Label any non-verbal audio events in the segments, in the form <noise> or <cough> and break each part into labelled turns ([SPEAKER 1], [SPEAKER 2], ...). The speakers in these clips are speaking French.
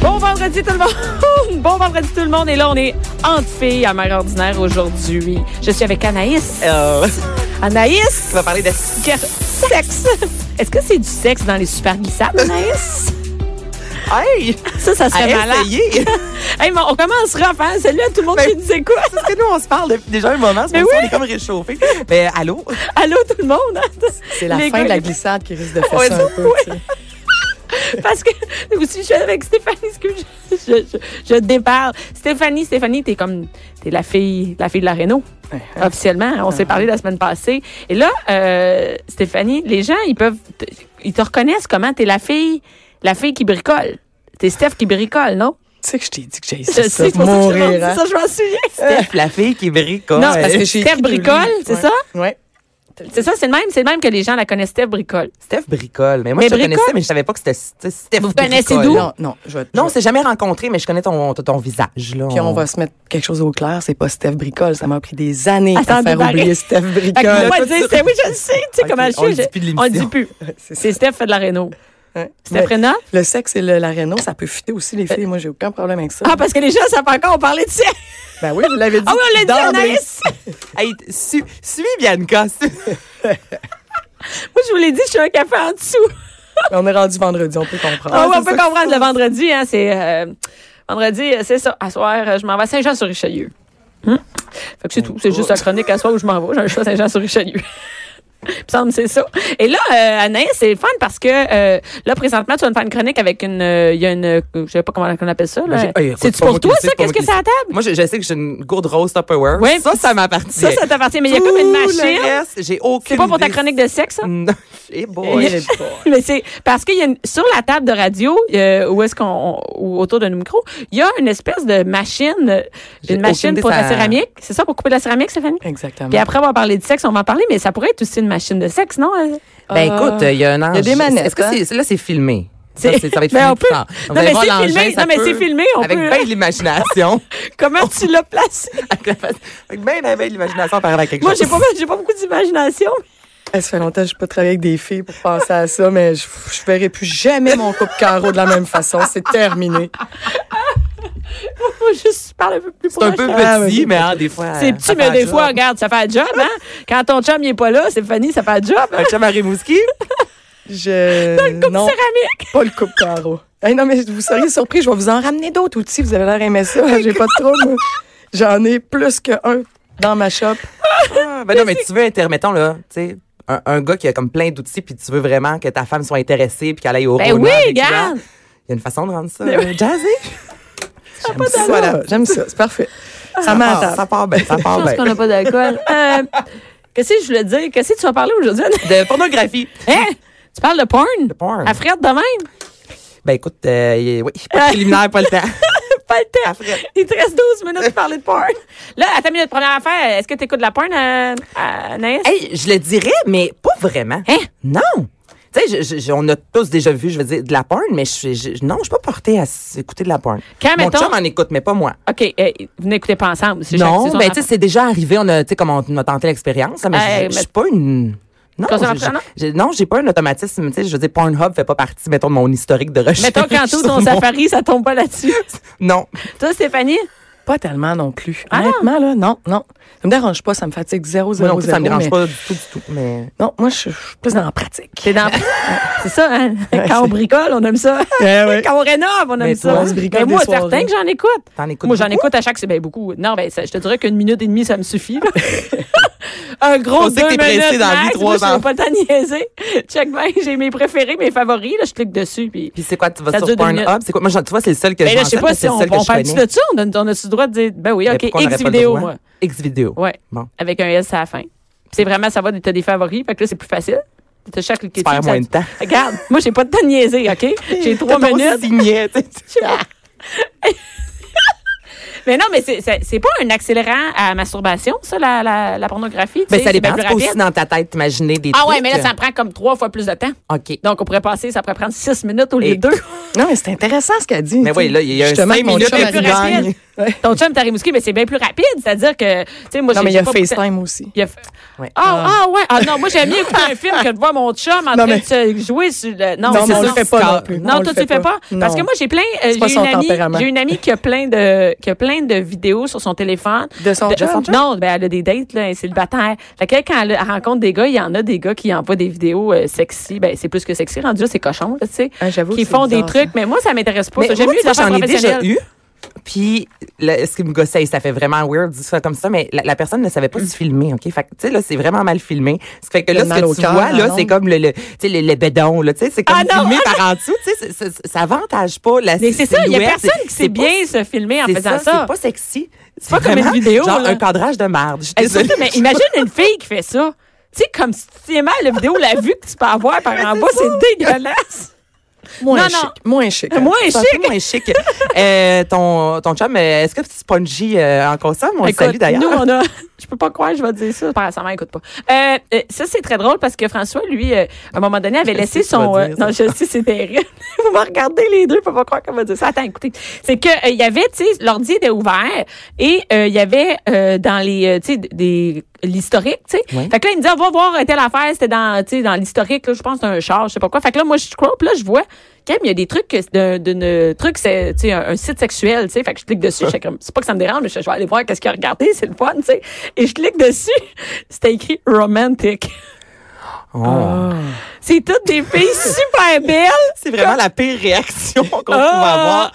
[SPEAKER 1] Bon vendredi tout le monde! <laughs> Bon vendredi tout le monde! Et là, on est entre filles à mère ordinaire aujourd'hui. Je suis avec Anaïs.
[SPEAKER 2] Euh,
[SPEAKER 1] Anaïs!
[SPEAKER 2] on va parler de sexe.
[SPEAKER 1] quel Sexe! Est-ce que c'est du sexe dans les super glissades, Anaïs?
[SPEAKER 2] Hey!
[SPEAKER 1] Ça, ça
[SPEAKER 2] À
[SPEAKER 1] serait malade.
[SPEAKER 2] <laughs> essayer!
[SPEAKER 1] Hey, mais on commencera à faire celle-là, tout le monde
[SPEAKER 2] Ben-
[SPEAKER 1] qui nous écoute.
[SPEAKER 2] Parce que nous, on se parle depuis déjà un moment, c'est
[SPEAKER 1] Mais
[SPEAKER 2] pour ça
[SPEAKER 1] oui.
[SPEAKER 2] qu'on est comme réchauffé. Mais allô?
[SPEAKER 1] Allô, tout le monde!
[SPEAKER 3] C'est la
[SPEAKER 1] Les
[SPEAKER 3] fin
[SPEAKER 1] gars-
[SPEAKER 3] de la glissade qui risque de faire
[SPEAKER 1] Ouais,
[SPEAKER 3] ça
[SPEAKER 1] ça,
[SPEAKER 3] un peu. tu sais.
[SPEAKER 1] Parce que aussi, je suis avec Stéphanie, excuse, je, je, je, je déparle. Stéphanie, Stéphanie, t'es comme, t'es la fille, la fille de la Renault.
[SPEAKER 2] hein?
[SPEAKER 1] Officiellement, on s'est parlé la semaine passée. Et là, euh, Stéphanie, les gens, ils peuvent, te- ils te reconnaissent comment t'es la fille, la fille qui bricole. T'es Steph qui bricole, non?
[SPEAKER 2] Tu sais que je t'ai dit que j'ai
[SPEAKER 1] Je
[SPEAKER 2] <laughs> ça.
[SPEAKER 1] sais, c'est pour ça que je
[SPEAKER 3] mourir,
[SPEAKER 1] m'en-
[SPEAKER 3] hein.
[SPEAKER 1] ça, je m'en souviens.
[SPEAKER 2] <laughs> <laughs> Steph, la fille qui bricole.
[SPEAKER 1] Non,
[SPEAKER 3] Parce que
[SPEAKER 1] Steph
[SPEAKER 3] j'ai écrit deux
[SPEAKER 1] bricole,
[SPEAKER 3] livres.
[SPEAKER 1] c'est
[SPEAKER 3] Ouais.
[SPEAKER 1] ça?
[SPEAKER 3] Ouais.
[SPEAKER 1] C'est ça, c'est le même, c'est le même que les gens la connaissent, Steph bricole.
[SPEAKER 2] Steph bricole. Mais moi,
[SPEAKER 1] Mais
[SPEAKER 2] je te
[SPEAKER 1] bricole?
[SPEAKER 2] connaissais, mais je savais pas que c'était c'était Steph
[SPEAKER 1] Vous connaissez
[SPEAKER 2] bricole.
[SPEAKER 1] d'où?
[SPEAKER 3] Non, non, je vais.
[SPEAKER 2] Non, Oh. on
[SPEAKER 3] je vais-
[SPEAKER 2] s'est jamais rencontré, mais je connais ton, ton, ton visage. Là.
[SPEAKER 3] Puis on va se mettre quelque chose au clair, c'est pas Steph Bricole. Ça m'a pris des années
[SPEAKER 1] À
[SPEAKER 3] à,
[SPEAKER 1] s'en
[SPEAKER 3] faire
[SPEAKER 1] débarrasser.
[SPEAKER 3] oublier
[SPEAKER 1] Fait
[SPEAKER 3] Steph
[SPEAKER 1] que
[SPEAKER 3] Bricole.
[SPEAKER 1] moi,
[SPEAKER 2] toi,
[SPEAKER 1] dire,
[SPEAKER 2] tu-
[SPEAKER 1] c'est- oui, je le sais, tu sais
[SPEAKER 2] Ok,
[SPEAKER 1] comment je
[SPEAKER 2] on
[SPEAKER 1] suis,
[SPEAKER 2] le dit
[SPEAKER 1] je-
[SPEAKER 2] plus de
[SPEAKER 1] On le dit
[SPEAKER 2] l'émission.
[SPEAKER 1] plus.
[SPEAKER 3] C'est ça.
[SPEAKER 1] C'est Steph fait de la Renault.
[SPEAKER 3] Ouais.
[SPEAKER 1] Steph
[SPEAKER 2] Ben,
[SPEAKER 3] Mais
[SPEAKER 1] Renault?
[SPEAKER 3] Le sexe et le- la réno, ça peut fuiter aussi les filles. Moi, j'ai aucun problème avec ça.
[SPEAKER 1] Euh, Ah, parce que les gens savent pas encore parler de
[SPEAKER 2] <laughs>
[SPEAKER 1] sexe.
[SPEAKER 3] Ben oui, vous l'avez dit.
[SPEAKER 1] Ah oui, on l'a dit,
[SPEAKER 3] d'emblée.
[SPEAKER 1] Anaïs.
[SPEAKER 2] Hey, su- suis Bianca. su-
[SPEAKER 1] Moi, je vous l'ai dit, je suis un café en dessous.
[SPEAKER 3] Mais On est rendu vendredi, on peut comprendre.
[SPEAKER 1] Ah, ouais, on
[SPEAKER 3] c'est
[SPEAKER 1] peut
[SPEAKER 3] ça.
[SPEAKER 1] comprendre le vendredi, hein, c'est... euh, vendredi, euh, c'est ça. À soir, euh, je m'en vais à Saint-Jean-sur-Richelieu. Hum? Fait que
[SPEAKER 2] Oh,
[SPEAKER 1] c'est tout. C'est juste la chronique à soir où je m'en vais. J'ai un choix à Saint-Jean-sur-Richelieu. <laughs> Il me semble que c'est ça. Et là, euh, Anaïs, c'est le fun parce que euh, là, présentement, tu vas me faire une chronique avec une. euh, Il y a une. euh, Je sais pas comment on appelle ça.
[SPEAKER 2] Ben,
[SPEAKER 1] là.
[SPEAKER 2] j'ai- hey, écoute,
[SPEAKER 1] C'est-tu
[SPEAKER 2] pas
[SPEAKER 1] pour
[SPEAKER 2] moi qui
[SPEAKER 1] toi,
[SPEAKER 2] le sais,
[SPEAKER 1] ça?
[SPEAKER 2] pas
[SPEAKER 1] Qu'est-ce
[SPEAKER 2] moi
[SPEAKER 1] que
[SPEAKER 2] qui le
[SPEAKER 1] ça à table?
[SPEAKER 2] <laughs> Moi, je, je sais que j'ai une gourde rose Tupperware.
[SPEAKER 1] Ouais,
[SPEAKER 2] ça,
[SPEAKER 1] puis-
[SPEAKER 2] ça m'appartient.
[SPEAKER 1] Ça, ça t'appartient. Mais il y a comme une
[SPEAKER 2] Tout le
[SPEAKER 1] machine.
[SPEAKER 2] reste, J'ai aucune
[SPEAKER 1] C'est pas pour ta
[SPEAKER 2] idée.
[SPEAKER 1] chronique de sexe, ça?
[SPEAKER 2] <laughs> Non, Eh boy.
[SPEAKER 3] Et-
[SPEAKER 1] Mais c'est parce qu'il y a une- sur la table de radio, euh, où est-ce qu'on on- ou autour de nos micros, il y a une espèce de machine, euh,
[SPEAKER 2] J'ai
[SPEAKER 1] une machine
[SPEAKER 2] aucune idée,
[SPEAKER 1] pour la
[SPEAKER 2] ça-
[SPEAKER 1] céramique. C'est ça pour couper de la céramique, Stéphanie?
[SPEAKER 3] Exactement.
[SPEAKER 1] Puis après avoir parlé de sexe, on va en parler, mais ça pourrait être aussi une machine de sexe, non? euh?
[SPEAKER 2] Ben
[SPEAKER 3] Ah.
[SPEAKER 2] écoute, il y a un ange.
[SPEAKER 3] Il y a des manettes,
[SPEAKER 2] Est-ce que
[SPEAKER 3] hein?
[SPEAKER 2] c'est- là, c'est filmé? Ça,
[SPEAKER 1] C'est-
[SPEAKER 2] c'est- ça va être
[SPEAKER 1] Ben,
[SPEAKER 2] filmé
[SPEAKER 1] on
[SPEAKER 2] plus
[SPEAKER 1] peut-
[SPEAKER 2] tard. Vous
[SPEAKER 1] Non,
[SPEAKER 2] allez
[SPEAKER 1] mais
[SPEAKER 2] voir
[SPEAKER 1] c'est
[SPEAKER 2] l'engin,
[SPEAKER 1] filmé.
[SPEAKER 2] ça
[SPEAKER 1] Non, mais
[SPEAKER 2] peut-
[SPEAKER 1] c'est filmé, on
[SPEAKER 2] Avec
[SPEAKER 1] peut-
[SPEAKER 2] bien de
[SPEAKER 1] <laughs>
[SPEAKER 2] l'imagination.
[SPEAKER 1] Comment tu l'as placé?
[SPEAKER 2] avec la face- avec bien, bien, bien de l'imagination, on parle à
[SPEAKER 1] <laughs>
[SPEAKER 2] quelque
[SPEAKER 1] Moi, j'ai
[SPEAKER 2] chose.
[SPEAKER 1] pas, j'ai pas beaucoup d'imagination.
[SPEAKER 3] Eh, Ça fait longtemps que je peux travailler avec des filles pour penser à ça, mais je, je verrai plus jamais mon couple carreau de la même façon. C'est terminé.
[SPEAKER 1] <laughs> Moi, je parle un peu plus
[SPEAKER 2] C'est un peu
[SPEAKER 1] proche.
[SPEAKER 3] Ah,
[SPEAKER 2] petit,
[SPEAKER 3] oui.
[SPEAKER 2] mais hein, des fois.
[SPEAKER 1] C'est
[SPEAKER 2] euh,
[SPEAKER 1] petit,
[SPEAKER 2] ça
[SPEAKER 1] mais
[SPEAKER 2] fait un
[SPEAKER 1] des
[SPEAKER 2] job.
[SPEAKER 1] fois, regarde, ça fait un job, hein? <laughs> Quand ton chum, il est pas là, Stéphanie, ça fait un job. hein?
[SPEAKER 2] Un chum à Rimouski?
[SPEAKER 3] Je. non,
[SPEAKER 1] Céramique!
[SPEAKER 3] pas le couple carreau. Eh, non, mais vous seriez surpris, je vais vous en ramener d'autres outils. Vous avez l'air aimé <laughs> ça. J'ai pas de trouble. J'en ai plus qu'un dans ma shop.
[SPEAKER 2] Ah, Ben non, mais tu veux, intermettons, là, tu sais, un, un gars qui a comme plein d'outils, puis tu veux vraiment que ta femme soit intéressée, puis qu'elle aille au
[SPEAKER 1] Ben
[SPEAKER 2] roulement
[SPEAKER 1] oui,
[SPEAKER 2] avec lui.
[SPEAKER 1] regarde!
[SPEAKER 2] Il y a une façon de rendre ça
[SPEAKER 1] Mais
[SPEAKER 2] euh, jazzé. J'aime ça. Voilà.
[SPEAKER 3] Voilà, j'aime ça. C'est parfait. Ah. Ça
[SPEAKER 2] Ça part,
[SPEAKER 3] m'attend.
[SPEAKER 2] ça part bien, ça part
[SPEAKER 1] Je pense
[SPEAKER 2] bien.
[SPEAKER 1] qu'on n'a pas d'alcool. Ah, ben. <laughs> Euh, Qu'est-ce que je voulais te dire? Qu'est-ce que tu vas parler aujourd'hui?
[SPEAKER 2] De pornographie.
[SPEAKER 1] Hein? Tu parles de porn? De
[SPEAKER 2] porn.
[SPEAKER 1] À frette de même?
[SPEAKER 2] Ben écoute, euh, y- oui,
[SPEAKER 1] <laughs>
[SPEAKER 2] pas de préliminaire, pas le temps.
[SPEAKER 1] Pas le temps.
[SPEAKER 2] À frette.
[SPEAKER 1] Il te reste 12 minutes pour parler de porn. Là, à ta minute première affaire, est-ce que tu écoutes de la porn, euh, à Anaïs?
[SPEAKER 2] Hey, je le dirais, mais pas vraiment.
[SPEAKER 1] Hein?
[SPEAKER 2] Non. Tu sais, je- je- je- on a tous déjà vu, je veux dire, de la porn, mais je, je- non, je suis pas portée à s- écouter de la porn.
[SPEAKER 1] Quand,
[SPEAKER 2] Mon
[SPEAKER 1] mettons-
[SPEAKER 2] chum en écoute, mais pas moi.
[SPEAKER 1] OK, euh, vous n'écoutez pas ensemble. c'est chaque-
[SPEAKER 2] Non,
[SPEAKER 1] c'est son
[SPEAKER 2] mais tu sais,
[SPEAKER 1] affaire.
[SPEAKER 2] c'est déjà arrivé, on a, tu sais, comme on, on a tenté l'expérience, hein, mais je-
[SPEAKER 1] Hey,
[SPEAKER 2] je
[SPEAKER 1] mais-
[SPEAKER 2] suis pas une... Non,
[SPEAKER 1] Consommateur,
[SPEAKER 2] je- je-
[SPEAKER 1] non?
[SPEAKER 2] j'ai- non, j'ai pas un automatisme. Tu sais, je veux dire, Pornhub fait pas partie, mettons, de mon historique de recherche.
[SPEAKER 1] Mettons qu'en tout,
[SPEAKER 2] <laughs>
[SPEAKER 1] <laughs>
[SPEAKER 2] sur
[SPEAKER 1] ton
[SPEAKER 2] mon-
[SPEAKER 1] safari, ça tombe pas là-dessus.
[SPEAKER 2] Non.
[SPEAKER 1] Toi, Stéphanie?
[SPEAKER 3] Pas tellement non plus.
[SPEAKER 1] Ah non?
[SPEAKER 3] Honnêtement, là, non, non. Ça me dérange pas, ça me fatigue zéro,
[SPEAKER 2] Moi
[SPEAKER 3] zéro,
[SPEAKER 2] non plus, ça me
[SPEAKER 3] zéro,
[SPEAKER 2] dérange
[SPEAKER 3] mais-
[SPEAKER 2] pas du tout, du tout. Mais
[SPEAKER 3] Non, moi, je suis je suis plus dans la pratique.
[SPEAKER 1] T'es dans.
[SPEAKER 3] <laughs>
[SPEAKER 1] c'est ça, hein? Quand on bricole, on aime ça.
[SPEAKER 3] Eh
[SPEAKER 1] Quand on rénove, on aime
[SPEAKER 2] Mais
[SPEAKER 1] ça.
[SPEAKER 2] toi, on
[SPEAKER 3] se bricole
[SPEAKER 1] mais moi,
[SPEAKER 3] des
[SPEAKER 1] certain
[SPEAKER 3] soirées.
[SPEAKER 1] que j'en écoute.
[SPEAKER 2] T'en écoutes
[SPEAKER 1] moi, j'en
[SPEAKER 2] beaucoup?
[SPEAKER 1] écoute à chaque. Ben, beaucoup. Non, ben, ça- je te dirais qu'une minute et demie, ça me suffit.
[SPEAKER 2] <laughs>
[SPEAKER 1] là. Un gros
[SPEAKER 2] On sait
[SPEAKER 1] deux
[SPEAKER 2] que t'es
[SPEAKER 1] minutes.
[SPEAKER 2] pressé dans la vie,
[SPEAKER 1] max.
[SPEAKER 2] trois
[SPEAKER 1] Moi, je n'ai
[SPEAKER 2] ans.
[SPEAKER 1] pas le temps de niaiser. Check bien, <laughs> j'ai mes préférés, mes favoris. Là, je clique dessus. Puis...
[SPEAKER 2] puis c'est quoi, tu vas
[SPEAKER 1] Ça dure
[SPEAKER 2] sur
[SPEAKER 1] deux minutes.
[SPEAKER 2] Pornhub? C'est quoi? Moi, je- tu vois, c'est le seul que
[SPEAKER 1] Ben,
[SPEAKER 2] je
[SPEAKER 1] là, je sais
[SPEAKER 2] mentionne,
[SPEAKER 1] pas
[SPEAKER 2] parce que
[SPEAKER 1] si on,
[SPEAKER 2] c'est le seul que
[SPEAKER 1] on
[SPEAKER 2] je
[SPEAKER 1] parle-tu
[SPEAKER 2] connais.
[SPEAKER 1] de ça? On, a- on a-tu le droit de dire, ben oui,
[SPEAKER 2] Mais
[SPEAKER 1] OK,
[SPEAKER 2] pourquoi
[SPEAKER 1] X
[SPEAKER 2] on n'aurait pas le
[SPEAKER 1] vidéo,
[SPEAKER 2] droit?
[SPEAKER 1] moi.
[SPEAKER 2] X vidéo.
[SPEAKER 1] Ouais.
[SPEAKER 2] Bon.
[SPEAKER 1] Avec un S à la fin. Puis c'est vraiment, ça va, t'as des favoris. Fait que là, c'est plus facile. T'as chaque cliqué
[SPEAKER 2] perds
[SPEAKER 1] dessus, ça-
[SPEAKER 2] moins de temps. <laughs>
[SPEAKER 1] Regarde, moi, j'ai pas de temps de niaiser, OK? J'ai trois
[SPEAKER 2] T'as ton
[SPEAKER 1] minutes.
[SPEAKER 2] signet, tu sais.
[SPEAKER 1] Je sais pas. <laughs> Mais non, mais c'est- c'est c'est pas un accélérant à masturbation, ça, la, la, la pornographie. tu
[SPEAKER 2] Ben,
[SPEAKER 1] sais,
[SPEAKER 2] ça
[SPEAKER 1] c'est bien
[SPEAKER 2] dépend.
[SPEAKER 1] plus
[SPEAKER 2] Tu peux aussi
[SPEAKER 1] rapide.
[SPEAKER 2] dans ta tête t'imaginer des
[SPEAKER 1] Ah ouais,
[SPEAKER 2] trucs. euh,
[SPEAKER 1] mais là, ça prend comme trois fois plus de temps.
[SPEAKER 2] OK.
[SPEAKER 1] Donc, on pourrait passer, ça pourrait prendre six minutes au lieu
[SPEAKER 2] Et-
[SPEAKER 1] de deux.
[SPEAKER 3] Non, mais c'est intéressant ce qu'elle dit.
[SPEAKER 2] Mais oui, là, il y a un
[SPEAKER 3] Justement,
[SPEAKER 2] cinq
[SPEAKER 3] mon
[SPEAKER 2] minutes
[SPEAKER 3] chum
[SPEAKER 2] de
[SPEAKER 3] arrive.
[SPEAKER 2] plus
[SPEAKER 1] rapide. Ton chum, t'as Rimouski, mais c'est bien plus rapide. C'est-à-dire que, tu sais, moi,
[SPEAKER 3] Non,
[SPEAKER 1] j'ai-
[SPEAKER 3] mais il y
[SPEAKER 1] j'ai pas-
[SPEAKER 3] a FaceTime aussi.
[SPEAKER 1] Il y a-
[SPEAKER 2] Ouais.
[SPEAKER 1] Ah, ah, ouais. Ah non, moi, j'aime mieux écouter un film que de voir mon chum en
[SPEAKER 3] Non,
[SPEAKER 1] train
[SPEAKER 3] mais-
[SPEAKER 1] de se jouer sur le. Non,
[SPEAKER 3] Non, mais
[SPEAKER 1] c'est
[SPEAKER 3] on le
[SPEAKER 1] ça.
[SPEAKER 3] fait pas non plus.
[SPEAKER 1] Non,
[SPEAKER 3] On
[SPEAKER 1] toi,
[SPEAKER 3] le
[SPEAKER 1] tu le
[SPEAKER 3] fait
[SPEAKER 1] fais pas.
[SPEAKER 3] pas.
[SPEAKER 1] Parce que
[SPEAKER 3] Non.
[SPEAKER 1] moi, j'ai plein. euh,
[SPEAKER 3] C'est pas
[SPEAKER 1] j'ai
[SPEAKER 3] son
[SPEAKER 1] une amie,
[SPEAKER 3] tempérament.
[SPEAKER 1] j'ai une amie qui a plein de, qui a plein de vidéos sur son téléphone.
[SPEAKER 3] De son
[SPEAKER 1] De-
[SPEAKER 3] chum?
[SPEAKER 1] Non, ben, elle a des dates, là, elle est célibataire. Fait que quand elle, elle rencontre des gars, il y en a des gars qui envoient des vidéos euh, sexy. Ben, c'est plus que sexy, rendu là, c'est cochon, là, tu sais.
[SPEAKER 3] Ah, j'avoue
[SPEAKER 1] qui
[SPEAKER 3] que c'est
[SPEAKER 1] font des
[SPEAKER 3] bizarre,
[SPEAKER 1] trucs. Mais moi, ça m'intéresse pas.
[SPEAKER 2] Mais
[SPEAKER 1] ça. J'aime
[SPEAKER 2] moi,
[SPEAKER 1] mieux
[SPEAKER 2] tu vois,
[SPEAKER 1] les affaires
[SPEAKER 2] j'en ai déjà
[SPEAKER 1] professionnelles.
[SPEAKER 2] eu. Puis, là, ce qui me gossait, ça fait vraiment weird, dit ça comme ça, mais la, la personne ne savait pas se filmer, OK? Fait que, tu sais, là, c'est vraiment mal filmé. Ce qui fait que là,
[SPEAKER 3] Le
[SPEAKER 2] ce
[SPEAKER 3] mal au
[SPEAKER 2] que tu
[SPEAKER 3] cœur,
[SPEAKER 2] vois, là,
[SPEAKER 3] non?
[SPEAKER 2] c'est comme le, le, tu sais, le, le bédon, là, tu sais, c'est comme
[SPEAKER 1] Ah, non!
[SPEAKER 2] filmé par en dessous, tu sais, c'est- c'est- ça avantage pas la
[SPEAKER 1] Mais c'est ça, il y a
[SPEAKER 2] silhouette.
[SPEAKER 1] personne qui
[SPEAKER 2] C'est
[SPEAKER 1] sait
[SPEAKER 2] pas-
[SPEAKER 1] bien se filmer en
[SPEAKER 2] c'est
[SPEAKER 1] faisant
[SPEAKER 2] C'est
[SPEAKER 1] ça.
[SPEAKER 2] pas sexy. C'est
[SPEAKER 1] pas comme une
[SPEAKER 2] vraiment
[SPEAKER 1] vidéo,
[SPEAKER 2] Genre
[SPEAKER 1] là.
[SPEAKER 2] un cadrage de marde. Je suis
[SPEAKER 1] Hey, surtout,
[SPEAKER 2] désolée. <laughs>
[SPEAKER 1] mais imagine une fille qui fait ça. Tu sais, comme si tu aimais la vidéo, la vue que tu peux avoir par en bas, c'est dégueulasse.
[SPEAKER 3] Moins
[SPEAKER 1] Non,
[SPEAKER 3] chic.
[SPEAKER 1] non.
[SPEAKER 3] Moins chic. hein.
[SPEAKER 1] Moi,
[SPEAKER 2] C'est un peu moins chic. Euh, ton, ton chum, euh, est-ce que Spongy euh, en consomme? On le
[SPEAKER 1] Écoute,
[SPEAKER 2] salue d'ailleurs.
[SPEAKER 1] Nous, on a. Je peux pas croire, que je vais te dire ça. Par sa mère, écoute pas. Euh, euh, ça, c'est très drôle parce que François, lui, euh, à un moment donné, avait laissé
[SPEAKER 2] sais que tu
[SPEAKER 1] son.
[SPEAKER 2] vas
[SPEAKER 1] euh,
[SPEAKER 2] dire
[SPEAKER 1] non, je sais, c'est terrible. <laughs> Vous me regardez les deux, je peux pas croire qu'on va dire ça. Attends, écoutez. C'est que euh, il y avait, tu sais, l'ordi était ouvert et euh, il y avait euh, dans les, euh, tu sais, des l'historique, tu sais.
[SPEAKER 2] Ouais.
[SPEAKER 1] Fait que là, il me dit, on va voir euh, telle affaire, c'était dans, tu sais, dans l'historique, là, je pense, d'un char, je sais pas quoi. Fait que là, moi, je scroll, puis là, je vois, quand même, il y a des trucs, que c'est d'un d'une- euh, truc, c'est, tu sais, un, un site sexuel, tu sais. Fait que je clique dessus, je comme, c'est pas que ça me dérange, mais je, je vais aller voir qu'est-ce qu'il a regardé, c'est le fun, tu sais. Et je clique dessus, <laughs> c'était écrit romantic.
[SPEAKER 2] Oh.
[SPEAKER 1] C'est toutes des filles super belles.
[SPEAKER 2] C'est vraiment la pire réaction qu'on pouvait
[SPEAKER 1] Ah.
[SPEAKER 2] avoir.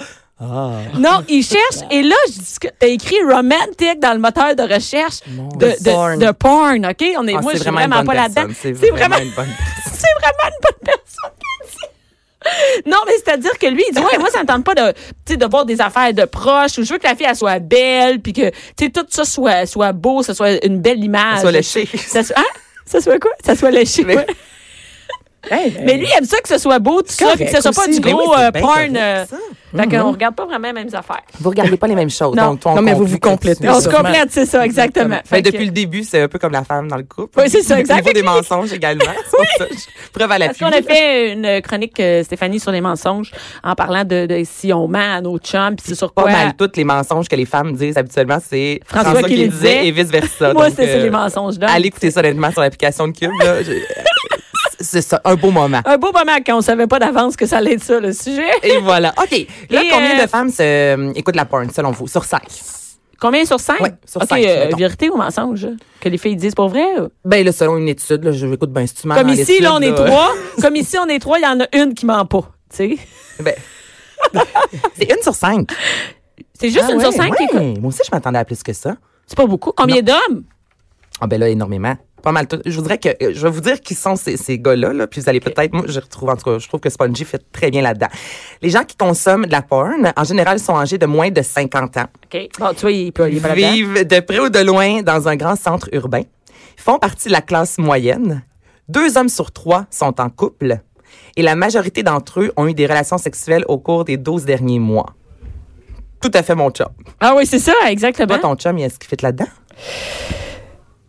[SPEAKER 2] Ah.
[SPEAKER 1] Non, ils cherchent. Et là, je dis que t'as écrit romantic dans le moteur de recherche de,
[SPEAKER 3] Dieu.
[SPEAKER 1] de,
[SPEAKER 3] Porn.
[SPEAKER 1] de porn, OK? On est,
[SPEAKER 2] Ah,
[SPEAKER 1] moi,
[SPEAKER 2] c'est
[SPEAKER 1] je suis
[SPEAKER 2] vraiment une
[SPEAKER 1] vraiment pas
[SPEAKER 2] bonne
[SPEAKER 1] là-dedans.
[SPEAKER 2] personne. C'est vraiment une bonne personne.
[SPEAKER 1] <laughs> C'est vraiment une bonne personne. qui dit. Non, mais c'est-à-dire que lui, il dit, ouais, moi, ça ne tente pas de, tu sais, de voir des affaires de proches, ou je veux que la fille, elle soit belle, puis que, tu sais, tout ça soit, soit beau, ça soit une belle image.
[SPEAKER 2] Ça soit léché.
[SPEAKER 1] Ça soit, hein? Ça soit quoi? Ça soit léché.
[SPEAKER 2] Mais-
[SPEAKER 1] ouais.
[SPEAKER 3] Hey,
[SPEAKER 1] Mais lui, il aime ça que ce soit beau, tout ça,
[SPEAKER 3] correct
[SPEAKER 1] puis que ce soit pas
[SPEAKER 3] aussi.
[SPEAKER 1] du
[SPEAKER 2] Mais oui,
[SPEAKER 1] gros
[SPEAKER 2] c'est
[SPEAKER 1] euh,
[SPEAKER 2] bien
[SPEAKER 1] porn.
[SPEAKER 2] correct, Mm-hmm.
[SPEAKER 1] euh,
[SPEAKER 2] ça.
[SPEAKER 1] Fait qu'on regarde pas vraiment les mêmes affaires.
[SPEAKER 2] Vous regardez pas les mêmes choses.
[SPEAKER 1] Non.
[SPEAKER 2] donc, toi, on
[SPEAKER 3] Non, mais vous
[SPEAKER 2] conclut
[SPEAKER 3] vous
[SPEAKER 2] que tu-
[SPEAKER 3] complétez.
[SPEAKER 1] On se
[SPEAKER 3] Sûrement.
[SPEAKER 1] complète, c'est ça, exactement. Ben,
[SPEAKER 2] Mais
[SPEAKER 1] Fait que-
[SPEAKER 2] depuis le début, c'est un peu comme la femme dans le couple.
[SPEAKER 1] Oui, c'est ça, exact.
[SPEAKER 2] Au niveau des mensonges également. C'est pour ça. Preuve à la
[SPEAKER 1] Parce qu'on a fait une chronique, euh, Stéphanie, sur les mensonges, en parlant de, de si on ment à nos chums, puis c'est sur
[SPEAKER 2] Pas
[SPEAKER 1] quoi.
[SPEAKER 2] mal toutes les mensonges que les femmes disent habituellement, c'est
[SPEAKER 1] François qui les disait.
[SPEAKER 2] et vice-versa.
[SPEAKER 1] Moi,
[SPEAKER 2] Donc,
[SPEAKER 1] c'est c'est
[SPEAKER 2] euh,
[SPEAKER 1] les mensonges d'hommes.
[SPEAKER 2] Allez écouter ça honnêtement sur l'application de Cube. là. Je- <laughs> c'est ça, un beau moment.
[SPEAKER 1] Un beau moment quand on savait pas d'avance que ça allait être ça, le sujet.
[SPEAKER 2] Et voilà. OK. Là,
[SPEAKER 1] Et,
[SPEAKER 2] combien
[SPEAKER 1] euh,
[SPEAKER 2] de femmes se, écoutent la porn, selon vous, sur 5?
[SPEAKER 1] Combien sur cinq?
[SPEAKER 2] Ouais, sur
[SPEAKER 1] OK,
[SPEAKER 2] cinq,
[SPEAKER 1] euh,
[SPEAKER 2] mettons.
[SPEAKER 1] vérité ou mensonge? Que les filles disent pour vrai? ou?
[SPEAKER 2] Ben là, selon une étude, là, je écoute ben si tu mens
[SPEAKER 1] Comme
[SPEAKER 2] dans
[SPEAKER 1] ici,
[SPEAKER 2] l'étude,
[SPEAKER 1] Ah, là, on est <laughs> trois. Comme ici, on est trois, il y en a une qui ment pas. tu sais.
[SPEAKER 2] Ben, c'est une sur cinq. Ah
[SPEAKER 1] C'est juste une sur cinq qui écoute.
[SPEAKER 2] Moi aussi, je m'attendais à plus que ça.
[SPEAKER 1] C'est pas beaucoup. Combien d'hommes?
[SPEAKER 2] Ah ben là, énormément. Pas mal. tout. Je voudrais que euh, je vais vous dire qui sont ces, ces gars-là, là, puis vous allez peut-être, moi, je retrouve en tout cas, je trouve que Spongy fait très bien là-dedans. Les gens qui consomment de la porn, en général, sont âgés de moins de 50 ans.
[SPEAKER 1] OK. Bon, tu vois, il peut aller pas là-dedans.
[SPEAKER 2] vivent de près ou de loin dans un grand centre urbain, font partie de la classe moyenne. Deux hommes sur trois sont en couple et la majorité d'entre eux ont eu des relations sexuelles au cours des 12 derniers mois. Tout à fait mon chum.
[SPEAKER 1] Ah oui, c'est ça, exactement.
[SPEAKER 2] Toi, ton chum, il est-ce qu'il fit là-dedans?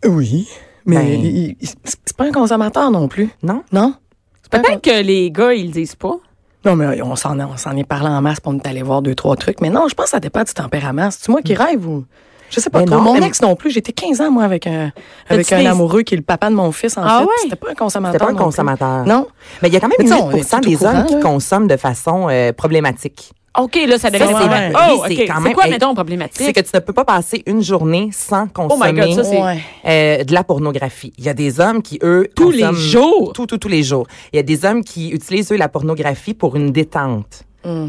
[SPEAKER 3] Oui. Mais
[SPEAKER 2] Ben-
[SPEAKER 3] il- il- c'est c'est pas un consommateur non plus.
[SPEAKER 2] Non?
[SPEAKER 3] Non? C'est pas un
[SPEAKER 1] Peut-être que les gars, ils le disent pas.
[SPEAKER 3] Non, mais on s'en, on s'en est parlé en masse pour nous allé voir deux, trois trucs. Mais non, je pense que ça dépend du tempérament. C'est-tu moi qui rêve ou. Je sais pas
[SPEAKER 2] Mais
[SPEAKER 3] trop.
[SPEAKER 2] non,
[SPEAKER 3] mon
[SPEAKER 2] mais-
[SPEAKER 3] ex Mm. non plus. J'étais 15 ans, moi, avec un, avec
[SPEAKER 1] T'as-tu
[SPEAKER 3] un
[SPEAKER 1] des-
[SPEAKER 3] amoureux qui est le papa de mon fils, en
[SPEAKER 1] Ah
[SPEAKER 3] fait.
[SPEAKER 1] ouais?
[SPEAKER 3] Puis C'était pas un consommateur.
[SPEAKER 2] C'était pas un
[SPEAKER 3] non plus.
[SPEAKER 2] consommateur.
[SPEAKER 3] Non.
[SPEAKER 2] Mais il y a quand même
[SPEAKER 3] Mais tu sais, on
[SPEAKER 2] 8
[SPEAKER 3] est tout
[SPEAKER 2] des
[SPEAKER 3] au courant,
[SPEAKER 2] hommes qui
[SPEAKER 3] là.
[SPEAKER 2] consomment de façon euh, problématique.
[SPEAKER 1] OK, là, ça devient
[SPEAKER 3] c'est
[SPEAKER 1] vraiment-
[SPEAKER 3] vrai.
[SPEAKER 1] Oh,
[SPEAKER 2] Oui,
[SPEAKER 1] OK.
[SPEAKER 2] c'est quand
[SPEAKER 1] C'est
[SPEAKER 2] même-
[SPEAKER 1] quoi,
[SPEAKER 2] Hey,
[SPEAKER 1] mettons, problématique?
[SPEAKER 2] C'est que tu ne peux pas passer une journée sans
[SPEAKER 3] Oh
[SPEAKER 2] consommer
[SPEAKER 1] my God, ça, c'est-
[SPEAKER 3] Ouais.
[SPEAKER 2] euh, de la pornographie. Il y a des hommes qui, eux...
[SPEAKER 1] Tous les
[SPEAKER 2] consomment-
[SPEAKER 1] jours?
[SPEAKER 2] Tout, tout, tous les jours. Il y a des hommes qui utilisent, eux, la pornographie pour une détente.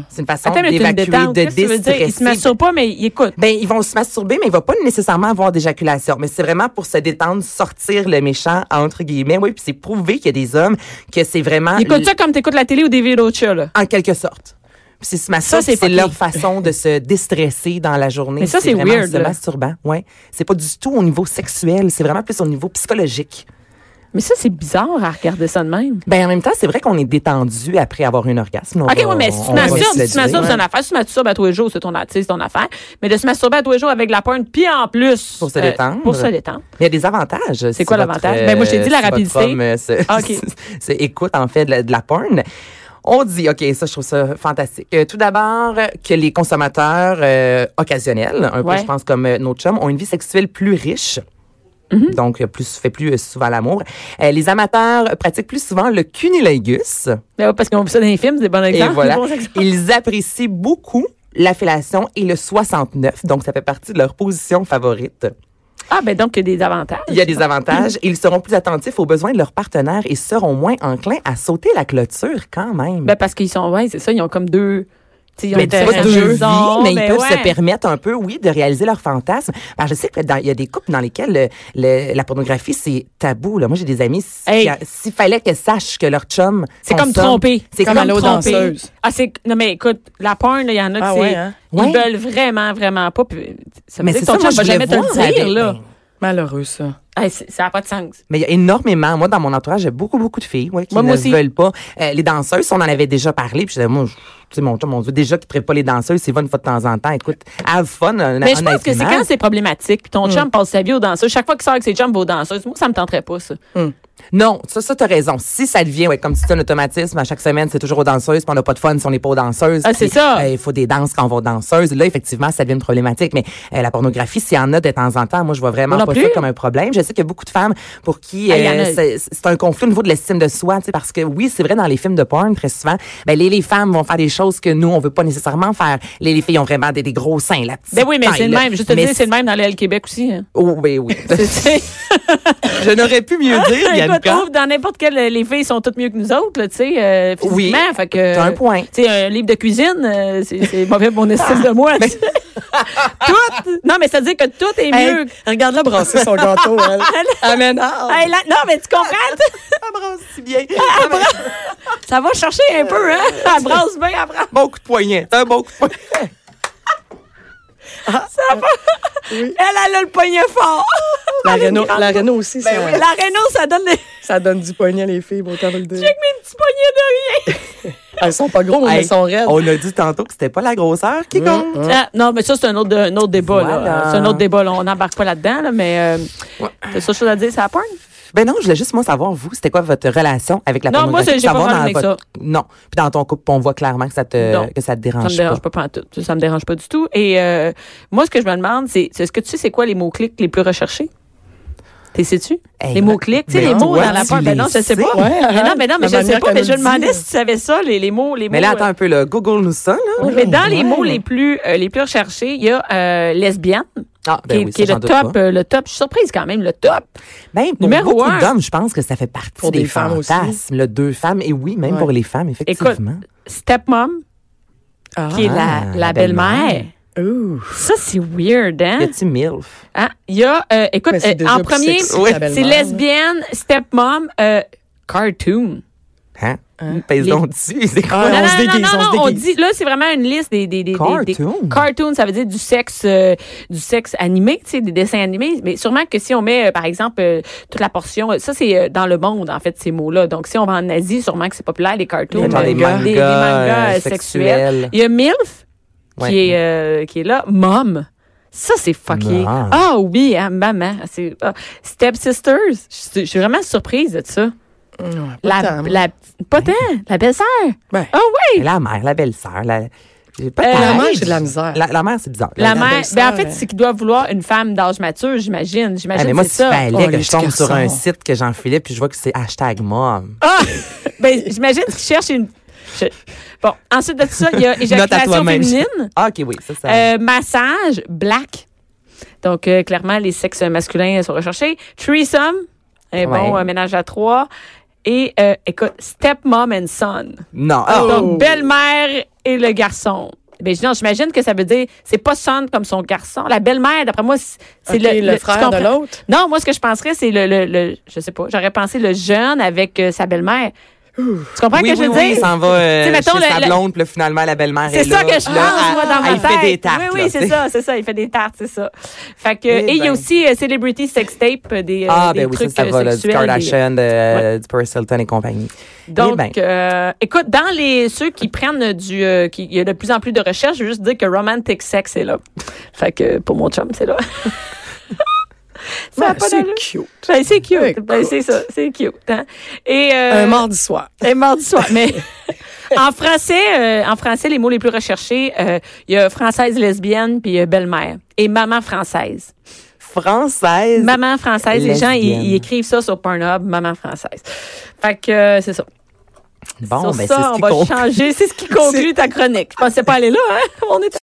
[SPEAKER 2] C'est une façon
[SPEAKER 1] Hmm. Attends, mais t'as une
[SPEAKER 2] d'évacuer,
[SPEAKER 1] détente.
[SPEAKER 2] de
[SPEAKER 1] Qu'est-ce que tu veux dire? Ils se
[SPEAKER 2] déstresser.
[SPEAKER 1] masturbe pas, mais ils écoutent.
[SPEAKER 2] Ben, ils vont se masturber, mais il va pas nécessairement avoir d'éjaculation. Mais c'est vraiment pour se détendre, sortir le méchant, entre guillemets. Oui, puis c'est prouvé qu'il y a des hommes que c'est vraiment...
[SPEAKER 1] Ils écoutent ça comme t'écoutes la télé ou des vidéos de chat, là.
[SPEAKER 2] En quelque sorte. Puis c'est se
[SPEAKER 1] Ça,
[SPEAKER 2] masturber,
[SPEAKER 1] c'est
[SPEAKER 2] c'est
[SPEAKER 1] fucké.
[SPEAKER 2] leur façon de se déstresser dans la journée.
[SPEAKER 1] Mais ça, c'est
[SPEAKER 2] vraiment
[SPEAKER 1] weird,
[SPEAKER 2] Se
[SPEAKER 1] là.
[SPEAKER 2] masturbant, ouais. C'est pas du tout au niveau sexuel, c'est vraiment plus au niveau psychologique.
[SPEAKER 1] Mais ça, c'est bizarre à regarder ça de même.
[SPEAKER 2] Ben, en même temps, c'est vrai qu'on est détendu après avoir un orgasme. On
[SPEAKER 1] OK,
[SPEAKER 2] va-
[SPEAKER 1] oui, mais si tu
[SPEAKER 2] on va se
[SPEAKER 1] masturbes,
[SPEAKER 2] le
[SPEAKER 1] si tu masturbes,
[SPEAKER 2] dire.
[SPEAKER 1] c'est une affaire. Si tu masturbes à tous les jours, c'est ton, c'est ton affaire. Mais de se masturber à tous les jours avec la pointe, puis en plus.
[SPEAKER 2] Pour se
[SPEAKER 1] euh,
[SPEAKER 2] détendre.
[SPEAKER 1] Pour se détendre.
[SPEAKER 2] Mais Il y a des avantages. si
[SPEAKER 1] quoi
[SPEAKER 2] votre,
[SPEAKER 1] l'avantage?
[SPEAKER 2] euh,
[SPEAKER 1] Ben, moi, je t'ai dit la
[SPEAKER 2] si votre
[SPEAKER 1] rapidité.
[SPEAKER 2] homme, euh, se-
[SPEAKER 1] Ah, OK.
[SPEAKER 2] <laughs> se- écoute, en fait, de la, de la porn. On dit, OK, ça, je trouve ça fantastique. Euh, tout d'abord, euh, que les consommateurs euh, occasionnels, un
[SPEAKER 1] Ouais.
[SPEAKER 2] peu, je pense, comme euh, nos chums, ont une vie sexuelle plus riche.
[SPEAKER 1] Mm-hmm.
[SPEAKER 2] Donc, euh, plus, fait plus euh, souvent l'amour. Euh, les amateurs pratiquent plus souvent le cunilingus.
[SPEAKER 1] Mais Ben ouais, parce qu'on voit ça dans les films, c'est des bons exemples.
[SPEAKER 2] Et
[SPEAKER 1] <laughs>
[SPEAKER 2] voilà.
[SPEAKER 1] des bons exemples.
[SPEAKER 2] Ils apprécient beaucoup la fellation et le 69. Donc, ça fait partie de leur position favorite.
[SPEAKER 1] Ah, ben donc, il y a des avantages.
[SPEAKER 2] Il y a des avantages. Ils seront plus attentifs aux besoins de leur partenaire et seront moins enclins à sauter la clôture quand même.
[SPEAKER 1] Ben parce qu'ils sont, ouais, c'est ça, ils ont comme deux. tu sais, Ils ont
[SPEAKER 2] mais
[SPEAKER 1] une
[SPEAKER 2] c'est pas
[SPEAKER 1] terrain
[SPEAKER 2] deux
[SPEAKER 1] de
[SPEAKER 2] vies,
[SPEAKER 1] maison,
[SPEAKER 2] mais ils
[SPEAKER 1] ben
[SPEAKER 2] peuvent
[SPEAKER 1] ouais.
[SPEAKER 2] se permettre un peu, oui, de réaliser leurs fantasmes. Ben, je sais que dans- il y a des couples dans lesquels le- le- la pornographie c'est tabou. Là. Moi, j'ai des amis si-
[SPEAKER 1] Hey.
[SPEAKER 2] s'il fallait qu'elles sachent que leur chum,
[SPEAKER 1] C'est comme
[SPEAKER 2] consomme-
[SPEAKER 1] tromper.
[SPEAKER 2] c'est
[SPEAKER 3] Comme
[SPEAKER 2] comme,
[SPEAKER 3] à l'eau
[SPEAKER 2] tromper.
[SPEAKER 3] danseuse.
[SPEAKER 1] Ah, c'est. Non, mais écoute, la porn, là, il y en a qui
[SPEAKER 3] Ah
[SPEAKER 1] c'est-
[SPEAKER 3] ouais, hein?
[SPEAKER 1] ils
[SPEAKER 2] Ouais.
[SPEAKER 1] veulent vraiment, vraiment pas. Puis, ça veut
[SPEAKER 2] Mais
[SPEAKER 1] dire que
[SPEAKER 2] c'est
[SPEAKER 1] ton
[SPEAKER 2] ça, moi,
[SPEAKER 1] chum va
[SPEAKER 2] je
[SPEAKER 1] jamais
[SPEAKER 2] voulais
[SPEAKER 1] te le
[SPEAKER 2] voir Ben
[SPEAKER 1] dire,
[SPEAKER 2] avec-
[SPEAKER 1] là.
[SPEAKER 3] Malheureux, ça.
[SPEAKER 1] Hey, c'est- ça n'a pas de sens.
[SPEAKER 2] Mais il y a énormément. Moi, dans mon entourage, j'ai beaucoup, beaucoup de filles ouais, qui
[SPEAKER 1] Moi,
[SPEAKER 2] ne
[SPEAKER 1] moi aussi.
[SPEAKER 2] veulent pas. Euh, les danseuses, on en avait déjà parlé. Puis je disais, moi, je- tu sais, mon chum, mon Dieu, déjà qui ne pas les danseuses, c'est va une fois de temps en temps. Écoute, have fun.
[SPEAKER 1] Mais je pense que c'est quand c'est problématique, puis
[SPEAKER 2] Mm.
[SPEAKER 1] ton chum passe sa vie aux danseuses. Chaque fois qu'il sort avec ses chums aux danseuses, moi, ça me tenterait pas, ça.
[SPEAKER 2] Non, ça, ça, t'as raison. Si ça devient, ouais, comme tu dis, un automatisme, à chaque semaine, c'est toujours aux danseuses, puis on n'a pas de fun si on n'est pas aux danseuses.
[SPEAKER 1] Ah, c'est
[SPEAKER 2] Puis,
[SPEAKER 1] ça.
[SPEAKER 2] euh, Il faut des danses quand on va aux danseuses. Là, effectivement, ça devient une problématique. Mais euh, la pornographie, s'il y en a de temps en temps, moi, je vois vraiment
[SPEAKER 1] Moi non
[SPEAKER 2] pas ça
[SPEAKER 1] plus.
[SPEAKER 2] comme un problème. Je sais qu'il y a beaucoup de femmes pour qui
[SPEAKER 1] Ah, il y en
[SPEAKER 2] euh,
[SPEAKER 1] a.
[SPEAKER 2] c'est- c'est un conflit au niveau de l'estime de soi, tu sais, parce que oui, c'est vrai, dans les films de porn, très souvent, ben, les, les femmes vont faire des choses que nous, on veut pas nécessairement faire. Les, les filles ont vraiment des, des gros seins, la petite
[SPEAKER 1] Ben oui, mais c'est
[SPEAKER 2] taille,
[SPEAKER 1] le
[SPEAKER 2] là.
[SPEAKER 1] même. Je te
[SPEAKER 2] Mais
[SPEAKER 1] dis, c'est le même dans le Québec aussi. hein.
[SPEAKER 2] Oh, ben oui.
[SPEAKER 1] <laughs> C'est- c'est-
[SPEAKER 2] <laughs> je n'aurais
[SPEAKER 1] <laughs>
[SPEAKER 2] pu mieux dire,
[SPEAKER 1] Écoute, oh.
[SPEAKER 2] Bianca.
[SPEAKER 1] ouvre dans n'importe quel. euh, Les filles sont toutes mieux que nous autres, là, tu sais, euh, physiquement.
[SPEAKER 2] Oui,
[SPEAKER 1] Fait que.
[SPEAKER 2] t'as un point.
[SPEAKER 1] Tu sais, un livre de cuisine, euh, c'est c'est mauvais <laughs> pour mon estime de moi. tout. Non, mais ça veut dire que tout est
[SPEAKER 3] Hey,
[SPEAKER 1] mieux.
[SPEAKER 3] Regarde-la brasser <laughs> son gâteau, elle. Amen.
[SPEAKER 1] Hey, là- non, mais tu comprends?
[SPEAKER 2] Abrasse si bien.
[SPEAKER 1] <laughs> ça va chercher un peu, <laughs> hein? Elle brasse bien, elle brasse.
[SPEAKER 2] Bon coup de poignet. C'est un bon coup de poignet.
[SPEAKER 1] Elle, elle a le poignet <laughs> fort.
[SPEAKER 3] La Renault, la Renault aussi, ça,
[SPEAKER 1] La Renault, ça donne des <laughs>
[SPEAKER 3] ça donne du poignet, les filles, autant vous le dire.
[SPEAKER 1] petits poignets de rien.
[SPEAKER 3] Elles sont pas grosses, mais
[SPEAKER 2] Hey,
[SPEAKER 3] elles sont raides.
[SPEAKER 2] on a dit tantôt que c'était pas la grosseur qui compte.
[SPEAKER 1] <laughs> Ah, non, mais ça, c'est un autre, un autre débat, là.
[SPEAKER 2] Voilà.
[SPEAKER 1] C'est un autre débat, là. On n'embarque pas là-dedans, là, mais. Euh,
[SPEAKER 2] Ouais.
[SPEAKER 1] T'as ça chose à dire, ça la porn?
[SPEAKER 2] Ben non, je voulais juste moi savoir vous, c'était quoi votre relation avec la
[SPEAKER 1] Non, moi, c'est-
[SPEAKER 2] pornographie,
[SPEAKER 1] j'ai pas
[SPEAKER 2] savoir
[SPEAKER 1] de
[SPEAKER 2] dans
[SPEAKER 1] problème avec
[SPEAKER 2] votre- Non, puis dans ton couple, on voit clairement que ça te
[SPEAKER 1] Non.
[SPEAKER 2] que ça te dérange,
[SPEAKER 1] Ça me dérange pas, pantoute. Ça me dérange pas du tout. Et euh, moi, ce que je me demande, c'est c'est- est-ce que tu sais c'est quoi les mots-clics les plus recherchés? T'es sais-tu?
[SPEAKER 2] Hey,
[SPEAKER 1] les mots-clics, tu sais,
[SPEAKER 2] ben
[SPEAKER 1] les mots
[SPEAKER 2] ouais,
[SPEAKER 1] dans la
[SPEAKER 2] tu
[SPEAKER 1] porte. Ben non, je
[SPEAKER 2] les
[SPEAKER 1] sais pas.
[SPEAKER 2] sais.
[SPEAKER 3] Ouais,
[SPEAKER 1] Mais non, mais non, mais
[SPEAKER 3] la
[SPEAKER 1] je sais
[SPEAKER 3] manière
[SPEAKER 1] pas. Mais
[SPEAKER 3] qu'elle
[SPEAKER 1] je
[SPEAKER 3] nous le
[SPEAKER 1] demandais
[SPEAKER 3] dit.
[SPEAKER 1] si tu savais ça, les, les mots. Les
[SPEAKER 2] Mais
[SPEAKER 1] mots,
[SPEAKER 2] là attends
[SPEAKER 1] euh,
[SPEAKER 2] un peu le Google nous ça là.
[SPEAKER 1] oui, mais dans les mots les plus, euh, les plus recherchés, il y a euh, lesbienne,
[SPEAKER 2] Ah, ben
[SPEAKER 1] qui, est-
[SPEAKER 2] oui,
[SPEAKER 1] qui est
[SPEAKER 2] ça, j'en
[SPEAKER 1] le
[SPEAKER 2] doute
[SPEAKER 1] top,
[SPEAKER 2] pas.
[SPEAKER 1] euh, le top. Je suis surprise quand même, le top.
[SPEAKER 2] Ben pour
[SPEAKER 1] Numéro un.
[SPEAKER 2] beaucoup d'hommes, je pense que ça fait partie
[SPEAKER 3] Pour
[SPEAKER 2] des,
[SPEAKER 3] des femmes aussi.
[SPEAKER 2] fantasmes, là, deux femmes et oui, même
[SPEAKER 3] Ouais.
[SPEAKER 2] pour les femmes effectivement.
[SPEAKER 1] Stepmom,
[SPEAKER 3] Ah.
[SPEAKER 1] qui est la,
[SPEAKER 2] Ah,
[SPEAKER 1] la
[SPEAKER 2] la
[SPEAKER 1] belle-mère.
[SPEAKER 2] belle-mère.
[SPEAKER 3] Ouh.
[SPEAKER 1] Ça, c'est weird, hein?
[SPEAKER 2] Y a-t-il milf
[SPEAKER 1] Hein? Il y a, euh, écoute,
[SPEAKER 3] Mais c'est
[SPEAKER 1] euh,
[SPEAKER 3] déjà
[SPEAKER 1] en
[SPEAKER 3] plus
[SPEAKER 1] premier,
[SPEAKER 3] sexy que la
[SPEAKER 1] c'est
[SPEAKER 3] belle-mère.
[SPEAKER 1] lesbienne, stepmom, euh, cartoon.
[SPEAKER 2] Hein Pèse donc dessus, c'est quoi
[SPEAKER 3] Ah,
[SPEAKER 1] non,
[SPEAKER 3] on
[SPEAKER 1] non,
[SPEAKER 3] se déguise,
[SPEAKER 1] non, non,
[SPEAKER 3] on se
[SPEAKER 1] non, on
[SPEAKER 3] déguise.
[SPEAKER 1] dit, là, c'est vraiment une liste des, des, des, des- des-
[SPEAKER 2] Cartoon?
[SPEAKER 1] cartoon, ça veut dire du sexe, euh, du sexe animé, tu sais, des dessins animés. Mais sûrement que si on met, euh, par exemple, euh, toute la portion, euh, ça, c'est euh, dans le monde, en fait, ces mots-là. Donc, si on va en Asie, sûrement que c'est populaire, les cartoons.
[SPEAKER 2] Genre
[SPEAKER 1] euh,
[SPEAKER 2] des
[SPEAKER 1] des- des mangas,
[SPEAKER 2] mangas
[SPEAKER 1] euh,
[SPEAKER 2] euh, sexuels.
[SPEAKER 1] Il y a MILF, qui,
[SPEAKER 2] Ouais.
[SPEAKER 1] est, euh, qui est là. Mom. Ça, c'est fucké.
[SPEAKER 2] Mom.
[SPEAKER 1] Ah oui, hein, maman. C'est- ah. Step Sisters. Je suis- je suis vraiment surprise de ça. La,
[SPEAKER 3] tant, moi.
[SPEAKER 1] la, pas tant, la belle-sœur.
[SPEAKER 3] Ben.
[SPEAKER 1] Ah oui!
[SPEAKER 2] La mère, la belle-sœur, la j'ai pas
[SPEAKER 1] Euh,
[SPEAKER 2] de
[SPEAKER 1] la
[SPEAKER 2] parents.
[SPEAKER 3] mère, j'ai de la misère.
[SPEAKER 2] La, la mère, c'est bizarre.
[SPEAKER 1] La mère, ben
[SPEAKER 3] belle-sœur,
[SPEAKER 1] en fait,
[SPEAKER 3] hein.
[SPEAKER 1] c'est qu'ils doivent vouloir une femme d'âge mature, j'imagine. J'imagine
[SPEAKER 2] Ah, mais
[SPEAKER 1] que
[SPEAKER 2] moi,
[SPEAKER 1] c'est
[SPEAKER 2] si
[SPEAKER 1] ça.
[SPEAKER 2] fallait
[SPEAKER 3] Oh,
[SPEAKER 2] que
[SPEAKER 3] les
[SPEAKER 2] je tombe
[SPEAKER 3] petits
[SPEAKER 2] sur un
[SPEAKER 3] garçons.
[SPEAKER 2] site que Jean-Philippe, puis je vois que c'est hashtag mom.
[SPEAKER 1] Ah! <laughs> ben, j'imagine qu'ils cherchent une. je- Bon, ensuite de ça, il
[SPEAKER 2] <laughs>
[SPEAKER 1] y a éjaculation
[SPEAKER 2] toi-même.
[SPEAKER 1] féminine,
[SPEAKER 2] Ah, OK, oui, ça, ça.
[SPEAKER 1] euh, massage, black. Donc, euh, clairement, les sexes masculins sont recherchés. Threesome, un bon
[SPEAKER 2] Ouais.
[SPEAKER 1] euh, ménage à trois. Et, euh, écoute, stepmom and son.
[SPEAKER 2] non. Ah,
[SPEAKER 1] oh, Donc, belle-mère et le garçon. Ben, je- non, j'imagine que ça veut dire, c'est pas son comme son garçon. La belle-mère, d'après moi, c'est c'est
[SPEAKER 3] Ok, le
[SPEAKER 1] tu
[SPEAKER 3] frère de
[SPEAKER 1] comprends?
[SPEAKER 3] l'autre?
[SPEAKER 1] Non, moi, ce que je penserais, c'est le, le, le- je sais pas, j'aurais pensé le jeune avec euh, sa belle-mère. Tu comprends
[SPEAKER 2] oui,
[SPEAKER 1] ce que
[SPEAKER 2] oui,
[SPEAKER 1] je veux
[SPEAKER 2] oui, il
[SPEAKER 1] dire?
[SPEAKER 2] s'en va euh,
[SPEAKER 1] Tu sais, mettons,
[SPEAKER 2] chez
[SPEAKER 1] le-
[SPEAKER 2] sa
[SPEAKER 1] le-
[SPEAKER 2] blonde, puis là, finalement, la belle-mère est,
[SPEAKER 1] C'est ça
[SPEAKER 2] là.
[SPEAKER 1] que je pense,
[SPEAKER 2] Là,
[SPEAKER 1] moi,
[SPEAKER 2] elle-
[SPEAKER 1] dans ma
[SPEAKER 2] elle
[SPEAKER 1] tête.
[SPEAKER 2] fait des tartes.
[SPEAKER 1] Oui,
[SPEAKER 2] là,
[SPEAKER 1] oui, c'est
[SPEAKER 2] tu sais.
[SPEAKER 1] ça, c'est ça, il fait des tartes, c'est ça. Fait que,
[SPEAKER 2] Eh
[SPEAKER 1] et il y
[SPEAKER 2] ben.
[SPEAKER 1] a aussi euh, Celebrity Sextape, euh, des, euh,
[SPEAKER 2] Ah,
[SPEAKER 1] des
[SPEAKER 2] ben oui, ça,
[SPEAKER 1] trucs
[SPEAKER 2] ça
[SPEAKER 1] euh,
[SPEAKER 2] va, là, du
[SPEAKER 1] sexuels, des-
[SPEAKER 2] Kardashian, de, euh, du Paris Hilton et compagnie.
[SPEAKER 1] Donc,
[SPEAKER 2] ben.
[SPEAKER 1] euh, écoute, dans les ceux qui prennent du, euh, qui, il y a de plus en plus de recherches. Je veux juste dire que romantic sex est là. Fait que pour mon chum, c'est là. <laughs> ça a
[SPEAKER 3] Ah,
[SPEAKER 1] pas
[SPEAKER 3] c'est
[SPEAKER 1] d'allure.
[SPEAKER 3] cute.
[SPEAKER 1] Ben, c'est cute.
[SPEAKER 3] Écoute.
[SPEAKER 1] Ben, c'est ça. C'est cute. Hein? Et, euh,
[SPEAKER 3] Un Eh, mardi <laughs> soir.
[SPEAKER 1] et mardi soir. Mais en français, euh, en français, les mots les plus recherchés, euh, il y a française lesbienne puis euh, belle-mère et maman française.
[SPEAKER 2] Française.
[SPEAKER 1] Maman française. Les gens,
[SPEAKER 2] Lesbienne.
[SPEAKER 1] ils, ils écrivent ça sur Pornhub, maman française. Fait que euh, c'est ça.
[SPEAKER 2] Bon,
[SPEAKER 1] Sur
[SPEAKER 2] ben, c'est
[SPEAKER 1] ça,
[SPEAKER 2] ce
[SPEAKER 1] on
[SPEAKER 2] qui
[SPEAKER 1] va
[SPEAKER 2] compte. <laughs>
[SPEAKER 1] changer. C'est ce qui conclut ta chronique. Je pensais pas aller là, hein? On est